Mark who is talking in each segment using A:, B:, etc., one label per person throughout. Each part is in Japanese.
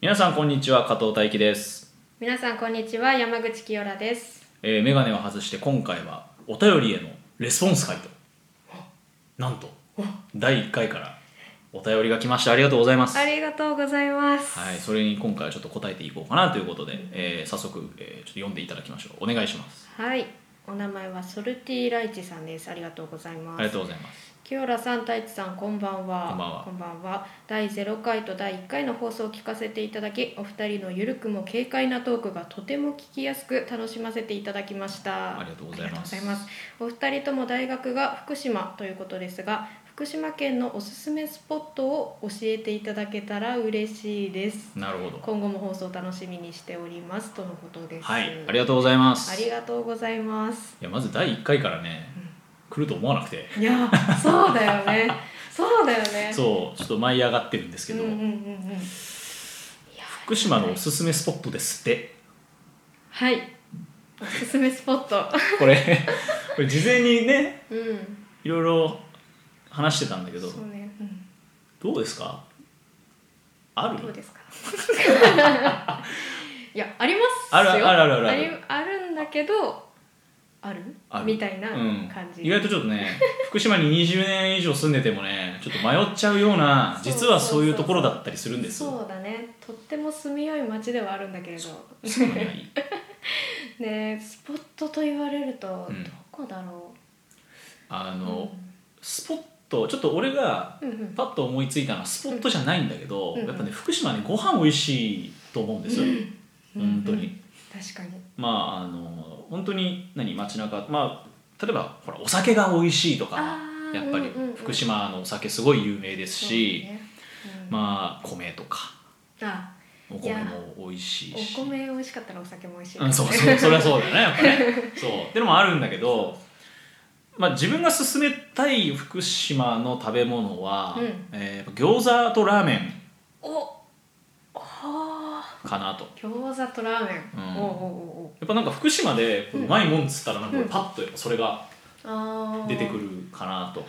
A: 皆さんこんにちは加藤大輝です、
B: 皆さんこんにちは山口清良です
A: えー、眼鏡を外して今回はお便りへのレスポンス回となんと第1回からお便りが来ましてありがとうございます
B: ありがとうございます
A: はい、それに今回はちょっと答えていこうかなということで、えー早速、えーちょっと読んでいただきましょうお願いします
B: はいお名前はソルティライチさんですありがとうござい
A: あ
B: ます
A: りがとうございます
B: 清良さん太一さんこんばんは
A: こんばんは
B: 第0回と第1回の放送を聞かせていただきお二人のゆるくも軽快なトークがとても聞きやすく楽しませていただきました
A: ありがとうございます
B: ありがとうございますお二人とも大学が福島ということですが福島県のおすすめスポットを教えていただけたら嬉しいです
A: なるほど
B: 今後も放送楽しみにしておりますとのことです。
A: はいありがとうございます
B: ありがとうございます。
A: いやまず第1回からね、来ると思わなくて
B: いや、そうだよね。そうだよね。
A: そうちょっと舞い上がってるんですけど、
B: うんうんうんうん。いや
A: 福島のおすすめスポットですって
B: はい。おすすめスポット。
A: これ これ事前にね
B: うん。
A: いろいろ話してたんだけど
B: そうね。うん。
A: どうですかあ
B: どう
A: る
B: で すか。いや、ありますよ。
A: あるあるあるあるある
B: ありあるんだけど。ある
A: ある
B: みたいな
A: うん
B: 感じ。
A: 意外とちょっと ね福島に20年以上住んでてもねちょっと迷っちゃうような
B: そう
A: 実はそういうところだったりするんです
B: そうだね。とっても住みよい街ではあるんだけれど。
A: そういうのない
B: ねスポットと言われると
A: うん
B: どこだろ
A: あ
B: う、
A: のスポットちょっと俺が
B: うんうん
A: パッと思いついたのはスポットじゃないんだけど、
B: うん
A: やっぱね福島ねご飯美味しいと思うんですよ、
B: うん
A: 本当に、
B: 確かに
A: まああの本当に何街中まあ例えばほらお酒が美味しいとか
B: あー
A: やっぱり
B: うんうんうん
A: 福島のお酒すごい有名ですし、
B: そうねうん
A: まあ米とか
B: あ
A: お米も美味しいし
B: お米美味しかったらお酒も美味しい、
A: うん、そうそうそれはそうだよねやっぱねそうってのもあるんだけど、まあ、自分が勧めたい福島の食べ物は、
B: うん
A: えーやっぱ餃子とラーメン
B: おはあ
A: かなと
B: 餃子とラーメン、
A: うん
B: おうおうおうおう
A: やっぱなんか福島でこう
B: うん
A: うまいもんっつったらなんか
B: うん
A: 俺パッとやっぱそれが
B: あー
A: 出てくるかなと、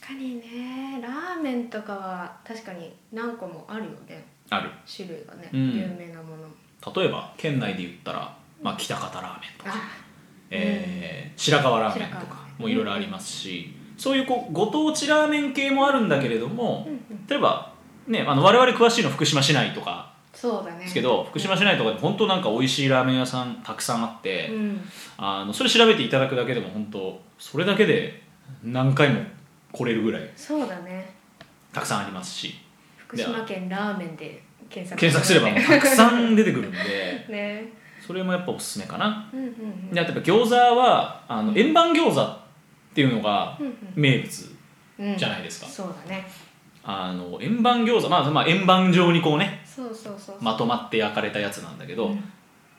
B: 確かにねラーメンとかは確かに何個もあるよね
A: ある
B: 種類がね、
A: うん
B: 有名なもの
A: 例えば県内で言ったら、まあ、北方ラーメンとか、
B: あ
A: えー白河ラーメンと
B: 白
A: か
B: 河
A: もいろいろありますし、そういうこうご当地ラーメン系もあるんだけれども、
B: うんうん
A: 例えば、ね、あの我々詳しいの福島市内とか
B: そうだね
A: ですけど福島市内とかで本当なんか美味しいラーメン屋さんたくさんあって、
B: うん
A: あのそれ調べていただくだけでも本当それだけで何回も来れるぐらい
B: そうだね
A: たくさんあります し
B: 福島県ラーメンで検索
A: 検索すればもうたくさん出てくるんで
B: ね
A: それもやっぱおすすめかな
B: うんうんうん
A: であとやっぱ餃子はあの円盤餃子っていうのが
B: うん
A: 名物
B: うんうん
A: じゃないですか
B: そうだね
A: あの円盤餃子、まあ、まあ円盤状にこうね
B: そうそうそう
A: まとまって焼かれたやつなんだけど、
B: うん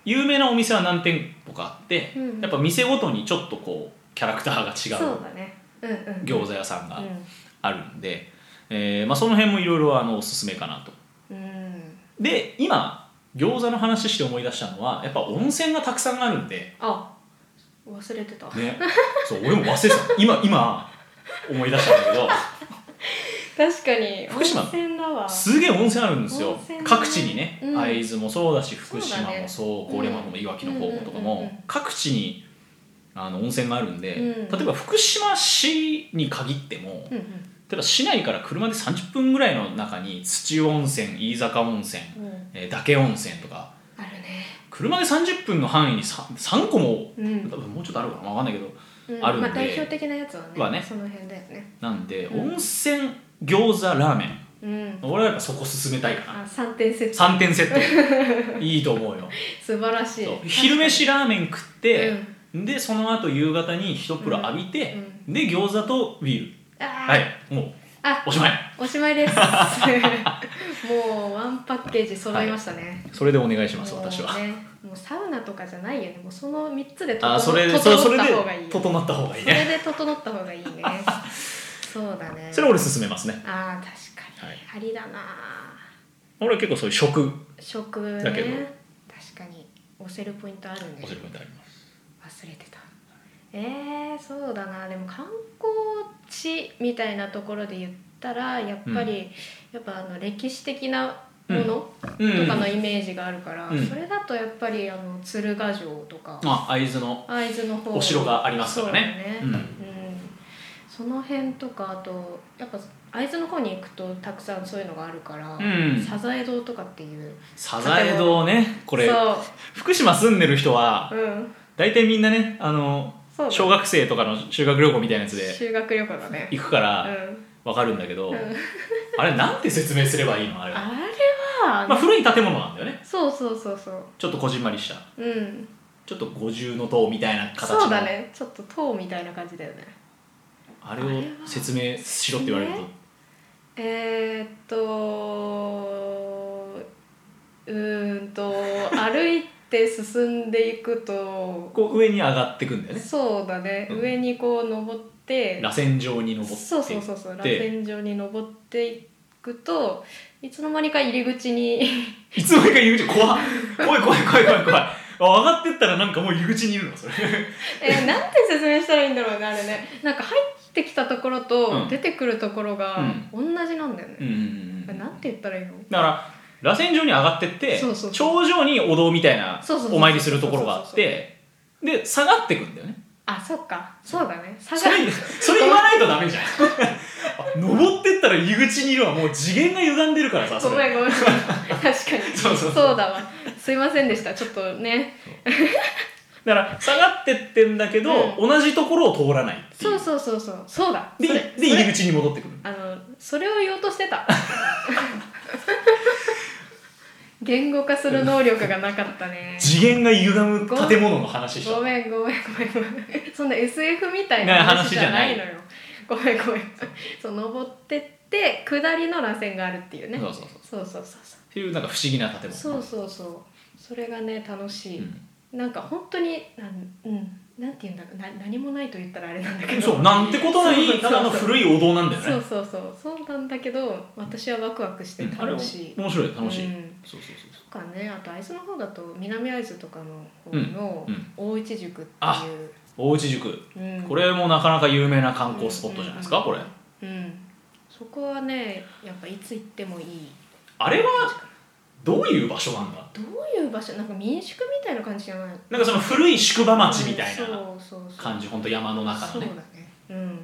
A: 有名なお店は何店舗かあって、
B: うん
A: やっぱ店ごとにちょっとこうキャラクターが違
B: そう
A: う
B: だねうんうん
A: 餃子屋さんが
B: うん
A: あるんで、えーまあ、その辺もいろいろあのおすすめかなと
B: うん
A: で今餃子の話して思い出したのはやっぱ温泉がたくさんあるんで、
B: あ忘れてた
A: ね、そう俺も忘れてた今今思い出したんだけど
B: 確かに
A: 福島
B: 温泉だわ
A: すげえ温泉あるんですよ
B: 温泉ね
A: 各地にね、
B: うん
A: 会津もそうだし福
B: そうだ
A: 島
B: ね
A: もそう郡山もいわきの方もとか
B: うんうんうんう
A: も
B: ん
A: 各地にあの温泉があるんで、
B: うん
A: 例えば福島市に限っても
B: うん
A: 例えば市内から車で30分ぐらいの中に土湯温泉飯坂温泉、
B: うんうん
A: えー嶽温泉とか
B: あるね
A: 車で30分の範囲に 3, 三個も
B: うん
A: 多分もうちょっとあるかな分かんないけど
B: うん
A: あるんで
B: まあ代表的なやつはね
A: はね
B: その辺だよね
A: なんで、
B: うん
A: 温泉餃子ラーメン
B: うん
A: 俺はやっぱそこ進めたいかな
B: あ三点セット
A: 3点セッ トいいと思うよ
B: 素晴らしい
A: そう昼飯ラーメン食って、
B: うん
A: でその後夕方に一風呂浴びて、で餃子とビール、
B: あー
A: はいもう
B: あ
A: おしまい
B: おしまいです もうワンパッケージ揃いましたね
A: それでお願いし
B: も
A: ます
B: う
A: 私は、
B: ね、もうサウナとかじゃないよねもうその3つで
A: あ
B: 整
A: ーそれで
B: 整っ
A: そそれ
B: た
A: で
B: 方がいいよ
A: 整った方がいい
B: そ
A: ね
B: れで整った方がい いねそうだね
A: それ俺勧めますね
B: ああ確かに、
A: はい
B: ありだな
A: 俺は結構そういう食
B: 食ね
A: だけど
B: 確かに押せるポイントあるね
A: おすることあります
B: 忘れてたえー、そうだなでも観光地みたいなところで言ったらやっぱり、やっぱあの歴史的なもの
A: うん
B: とかのイメージがあるから、
A: うん
B: それだとやっぱりあの鶴ヶ城とか
A: まあ会津の
B: 会津の方
A: お城がありますからね
B: そうだねうんその辺とかあとやっぱ会津の方に行くとたくさんそういうのがあるから、
A: うん
B: サザエ堂とかっていう
A: サザエ堂ねこれ
B: そう、
A: 福島住んでる人は
B: うん、
A: 大体みんなねあの
B: そうだ
A: 小学生とかの修学旅行みたいなやつで
B: 修学旅行だね
A: 行くか
B: う
A: ら
B: ん
A: わかるんだけど、
B: うん
A: あれなんて説明すればいいのあれは、
B: あれは、
A: まあ、古い建物なんだよね
B: そうそうそうそう
A: ちょっとこじんまりした
B: うん
A: ちょっと五重の塔みたいな形の
B: そうだねちょっと塔みたいな感じだよね
A: あれを説明しろって言われると
B: ねえー、っとうーんと歩いて進んでいくと
A: こう上に上がってくんだよね
B: そうだね、
A: うん
B: 上にこう登って
A: 螺旋状に登って
B: そうそうそうそう螺
A: で
B: 旋状に登っていくといつの間にか入り 口に
A: いつの間にか入り口怖っ怖い怖い怖い怖い怖いあ上がってったらなんかもう入り口にいるのそ れ
B: えー、なんて説明したらいいんだろうねあれねなんか入ってきたところ
A: う
B: と
A: ん
B: 出てくるところが同じなんだよ
A: う
B: ね、
A: んうんうんうんだ
B: なんて言ったらいいの
A: から螺旋状に上がってって
B: そうそう
A: 頂上にお堂みたいな
B: そうそうそうそう
A: お参りするところがあってで下がってくんだよね
B: あそっかそうだね下
A: そ
B: が
A: れそれ 言わないとダメじゃんあ登ってったら入り口にいるわもう次元が歪んでるからさ
B: ご
A: それ
B: め んごめん確かに
A: そうそうそう
B: だわすいませんでしたちょっとね
A: だから下がってってんだけど、同じところを通らないってい
B: そううそうそうそうそうだ
A: で
B: それ
A: で
B: それ
A: 入り口に戻ってくる
B: あのそれを言おうとしてた 言語化する能力がなかったね
A: 次元が歪む建物の話した
B: ごめんごめんごめんごめんそんな SF みたい
A: ね
B: な
A: 話
B: 話
A: じ
B: じ
A: ゃ
B: ゃ
A: な
B: ないいのよごめんごめんそう登ってって下りの螺旋があるっていうね
A: そうそうそう
B: そうそうそうそう
A: っていうなんか不思議な建物
B: そうそうそうそれがね楽しい、
A: う
B: なんか本当になんうんなんて言うんだろうな何もないと言ったらあれなんだけ
A: ん
B: ど
A: そうなんてことな
B: そうそ
A: いうなんかあの古いお堂なんだよね
B: そうそうそうそうなんだけど私はワクワクして
A: うんあれ
B: 楽しい、
A: 面白い楽しい、
B: うん
A: そうそうそうそう
B: とかねあと会津の方だと南会津とかの方の
A: うんうん
B: 大一塾って
A: あ
B: いう、
A: 大内塾
B: うん
A: これもなかなか有名な観光スポットじゃないですか、
B: うん
A: これ
B: うんそこはねやっぱいつ行ってもいい
A: あれはどういう場所なんだ
B: どういう場所なんか民宿みたいな感じじゃない
A: なんかその古い宿場町みたいな
B: うんそうそうそう
A: 感じほんと山の中
B: そ
A: の
B: うだ
A: ね
B: ねうん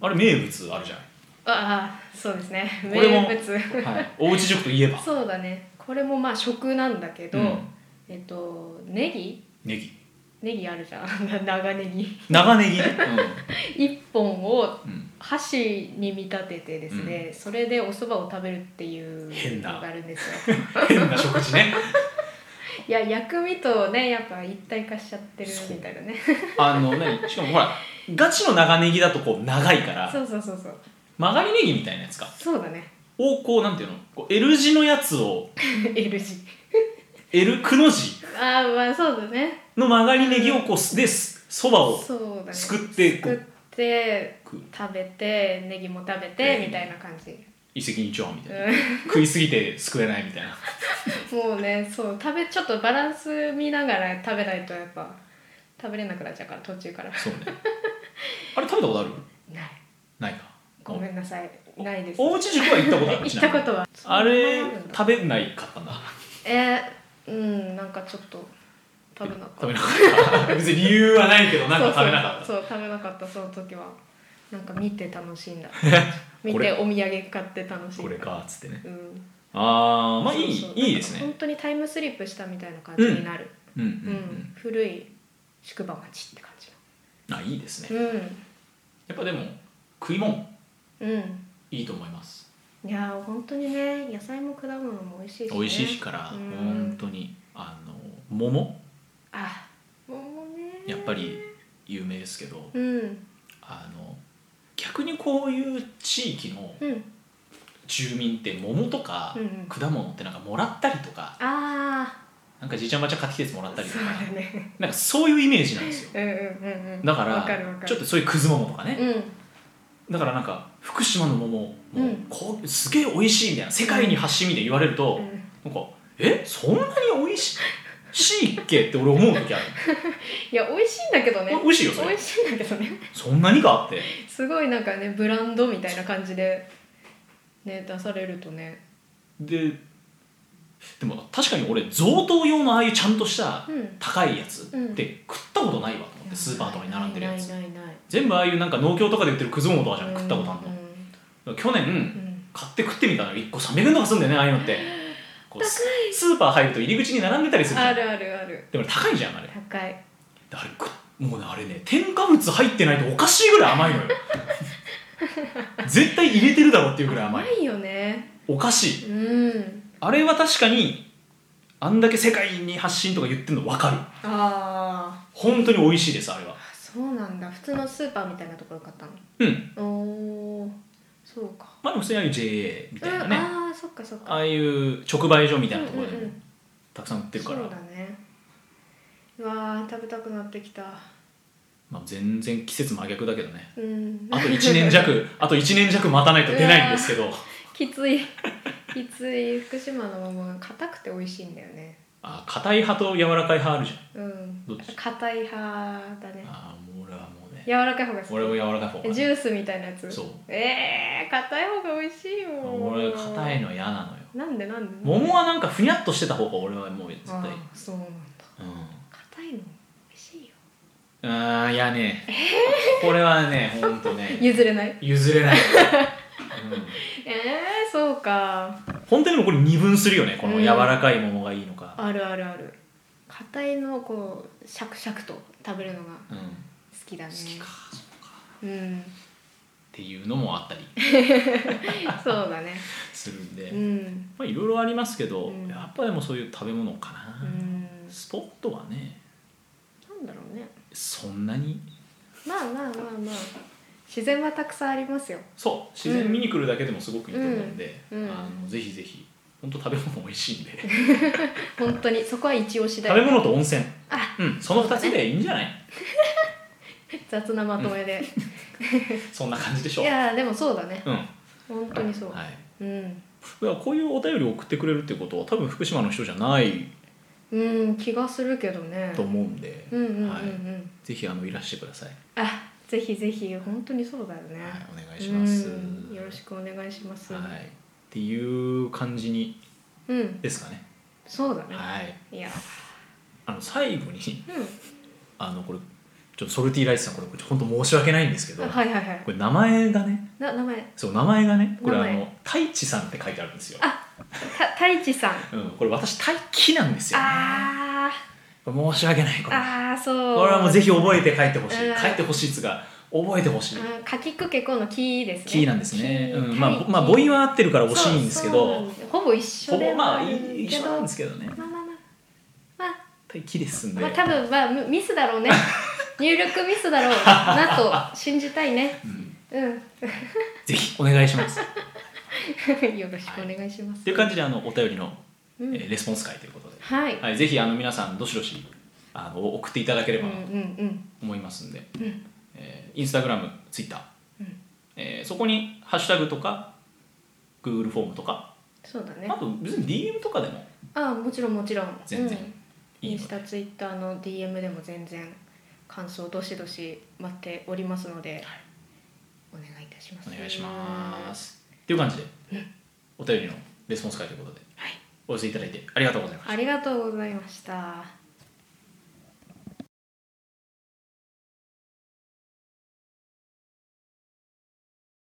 A: あれ名物あるじゃ
B: ああそうですね
A: これも
B: 名物
A: な い、はい、大内塾といえば
B: そうだねこれもまあ食なんだけど、
A: うん
B: えっとネギ
A: ネギ
B: ネギあるじゃん 長ネギ
A: 長ネギね、
B: 一本を
A: うんうん、
B: 箸に見立ててですね、それでお蕎麦を食べるっていう
A: 変な
B: のがあるんですよ
A: 変な食事ね
B: いや薬味とねやっぱ一体化しちゃってるみたいなね
A: あの何しかもほらガチの長ネギだとこう長いから
B: そうそうそうそう
A: 曲がりネギみたいなやつか
B: そうだね
A: をこうなんていうのこう L 字のやつを
B: L 字
A: L くの字
B: ああまあそうだね
A: の曲がりネギをこうすですそばを
B: そうだね
A: すくってこう
B: すくって
A: 食う
B: 食べてネギも食べ
A: う
B: て
A: ん
B: みたいな感じ、
A: 一石二鳥みたいな
B: うん
A: 食いすぎてすくえないみたいな
B: もうねそう食べちょっとバランス見ながら食べないとやっぱ食べれなくなっちゃうから途中から
A: そうねあれ食べたことある
B: ない
A: ないか
B: ごめんなさいないです
A: おうち塾は行ったことある
B: 行
A: ち
B: っ
A: なみ
B: た
A: に
B: ことは
A: あれ
B: そんなのるんだ
A: 食べないかったんだ
B: えー、うんなんかちょっと食べなかった
A: 食べなかった別に理由はないけどなんか食べなかった
B: そうそうそうそう食べなかったその時はなんか見て楽しんだ 見
A: こ
B: て
A: れ
B: お土産買って楽しんだ
A: これかっつってね
B: うん
A: ああまあいい
B: そうそう
A: いいです
B: なんか
A: ね
B: 本当にタイムスリップしたみたいな感じになる、
A: うんう
B: うん
A: ん
B: 古い宿場町って感じ
A: うんあいいですね
B: う
A: やっぱでも食い物
B: んうん
A: いいと思います
B: いやー本当にね野菜も果物も美味しいし、ね、
A: 美味しいから
B: うん
A: 本当にあの桃
B: あ桃ね
A: やっぱり有名ですけど
B: うん
A: あの逆にこういう地域の
B: うん
A: 住民って桃とか
B: うんうん
A: 果物ってなんかもらったりとか
B: あ
A: なんかじいちゃんばあちゃん買ってきてもらっ
B: あ
A: たりと
B: そう
A: か
B: だね
A: なんかそういうイメージなんですよ
B: うんうんうんうん
A: だから
B: わかるわかる
A: ちょっとそういうくず桃とかね
B: うん
A: だからなんか福島の桃もう
B: うん
A: こうすげえ美味しいみたいな世界に発信みたいに言われると
B: うん
A: なんかえそんなに美味ししいっけって俺思う時ある
B: いや美味しいんだけどね
A: 美味しいよそれ
B: 美味しいんだけどね
A: そんなにかって
B: すごいなんかねブランドみたいな感じでね出されるとね
A: ででも確かに俺贈答用のああいうちゃんとした
B: うん
A: 高いやつっ
B: うん
A: て食ったことないわと思ってスーパーとかに並んでるやつ
B: ないないないない
A: 全部ああいうなんか農協とかで売ってるくずもとかじゃん食ったことあんの
B: うん
A: 去
B: う
A: 年
B: ん
A: 買って食ってみたの1個300円とかするんだよねああいうのってこうススーパー入ると入り口に並んでたりするじゃ
B: あ
A: ん
B: るあるある
A: でも高いじゃんあれ
B: 高い
A: であれくもうねあれね添加物入ってないとおかしいぐらい甘いのよ 絶対入れてるだろうっていうぐらい甘い
B: 甘いよね
A: おかしい
B: うん
A: あれは確かにあんだけ世界に発信とか言ってるの分かる
B: あ
A: 本当に美味しいですあれは
B: ーそうなんだ普通のスーパーみたいなところ買った
A: うん
B: のおーそうか
A: まあでも普通にああいう JA みたいなね、
B: うん、ああそっかそっか
A: ああいう直売所みたいなところで
B: うんうんう
A: も
B: ん
A: たくさん売ってるから、
B: そうだねうわー食べたくなってきた
A: まあ、全然季節真逆だけどね
B: うん
A: あと1年弱あと1年弱待たないと出ないんですけど
B: きつ いきつい福島の桃が硬くて美味しいんだよね
A: あ硬い派と柔らかい派あるじゃん
B: うん
A: どっち
B: 硬い派だね
A: あーもう俺はもうね
B: 柔らかい方が好き
A: 俺も柔らかい方が
B: ジュースみたいなやつ
A: そう
B: ええー、硬い方が美味しいよ
A: 俺は硬いの嫌なのよ
B: なんでなんで
A: 桃はなんかふにゃっとしてた方が俺はもう絶対
B: あーそうなんだ
A: うん
B: 硬いの美味しいよ
A: うーんいやね、これはねほんとね
B: 譲れない
A: 譲れない、
B: ええー、そうか
A: うん、本当にでもこれ二分するよねこの柔らかい桃がいいのか、
B: あるあるある硬いのをこうシャクシャクと食べるのが
A: うん好
B: 好きだね
A: きかそうか
B: うん
A: っていうのもあったり
B: そうだね
A: するんで、
B: うん
A: まあいろいろありますけど、
B: うん
A: やっぱでもそういう食べ物かな、
B: うん
A: スポットはね
B: なんだろうね
A: そんなに
B: まあまあまあまあ自然はたくさんありますよ
A: そう自然見に来るだけでもすごくいいと思うんで、
B: うんうん
A: あのぜひぜひ本当食べ物美味しいんで
B: 本当にそこは一押しだ
A: 食べ
B: よ
A: 物と温泉
B: あ
A: うんその2つでいいんじゃない
B: 雑なまとめで、
A: そんな感じでしょ
B: いうやーでもそうだね
A: うん
B: 本当にそう、
A: はい
B: うん
A: いやこういうお便りを送ってくれるってことは多分福島の人じゃない
B: うん気がするけどね
A: と思うんで、
B: うんうんうんうん、
A: はいぜひあのいらしてください、
B: あぜひぜひ本当にそうだよね、
A: はい、お願いします、
B: うんよろしくお願いします、
A: はい、っていう感じに
B: うん
A: ですかね、
B: そうだね、
A: はい、
B: い、や
A: あの最後に
B: う
A: あのこれちょっとソルティライスさんこれ本当申し訳ないんですけど、
B: んあはいはいはい
A: これ名前がね
B: な名前
A: そう名前がねこれあ
B: 名
A: の「太一さん」って書いてあるんですよ
B: あ、た太一さん
A: うん、これ私太一なんですよ、ね、
B: あ
A: これ申し訳ないこ
B: ー
A: れ
B: あーそう
A: これはもうぜひ覚えて書いてほしい
B: うん
A: 書いてほしいっつうか覚えてほしい
B: うんかきくけこの木ですね
A: キーなんですね、
B: 木
A: うんまあ、
B: はい
A: ぼまあ母音は合ってるから惜しいんですけ
B: そうそうなん
A: ど
B: ですほぼ一緒
A: ほ
B: で
A: ぼま
B: は
A: あ
B: あるけど
A: い一緒なんですけどね
B: まあまあまあまあ
A: 太一ですんで、
B: まあ多分まあむミスだ ろうね入力ミスだろうなと信じたいね
A: うん
B: うん
A: ぜひお願いしますっ
B: よろしくお願いします、
A: ていう感じであのお便りの、
B: う
A: え
B: ん
A: ーレスポンス会ということで、
B: はい、
A: はい、ぜひあの皆さんどしどしあの送っていただけれ
B: うん
A: ば
B: う
A: なんと思いますんで、
B: うんうん
A: えーインスタグラムツイッター、
B: うん
A: えーそこにハッシュタグとか Google フォームとか
B: そうだね
A: あと別に DM とかでも
B: ああもちろんもちろん
A: 全然
B: うん、
A: い
B: イ
A: い
B: ン
A: の
B: ス
A: で
B: タツイッターの DM でも全然感想どしどし待っておりますので、お願いいたします
A: お願いしますっていう感じで、お便りのレスポンス会ということで
B: はい
A: お寄せいただいてありがとうございました
B: ありがとうございました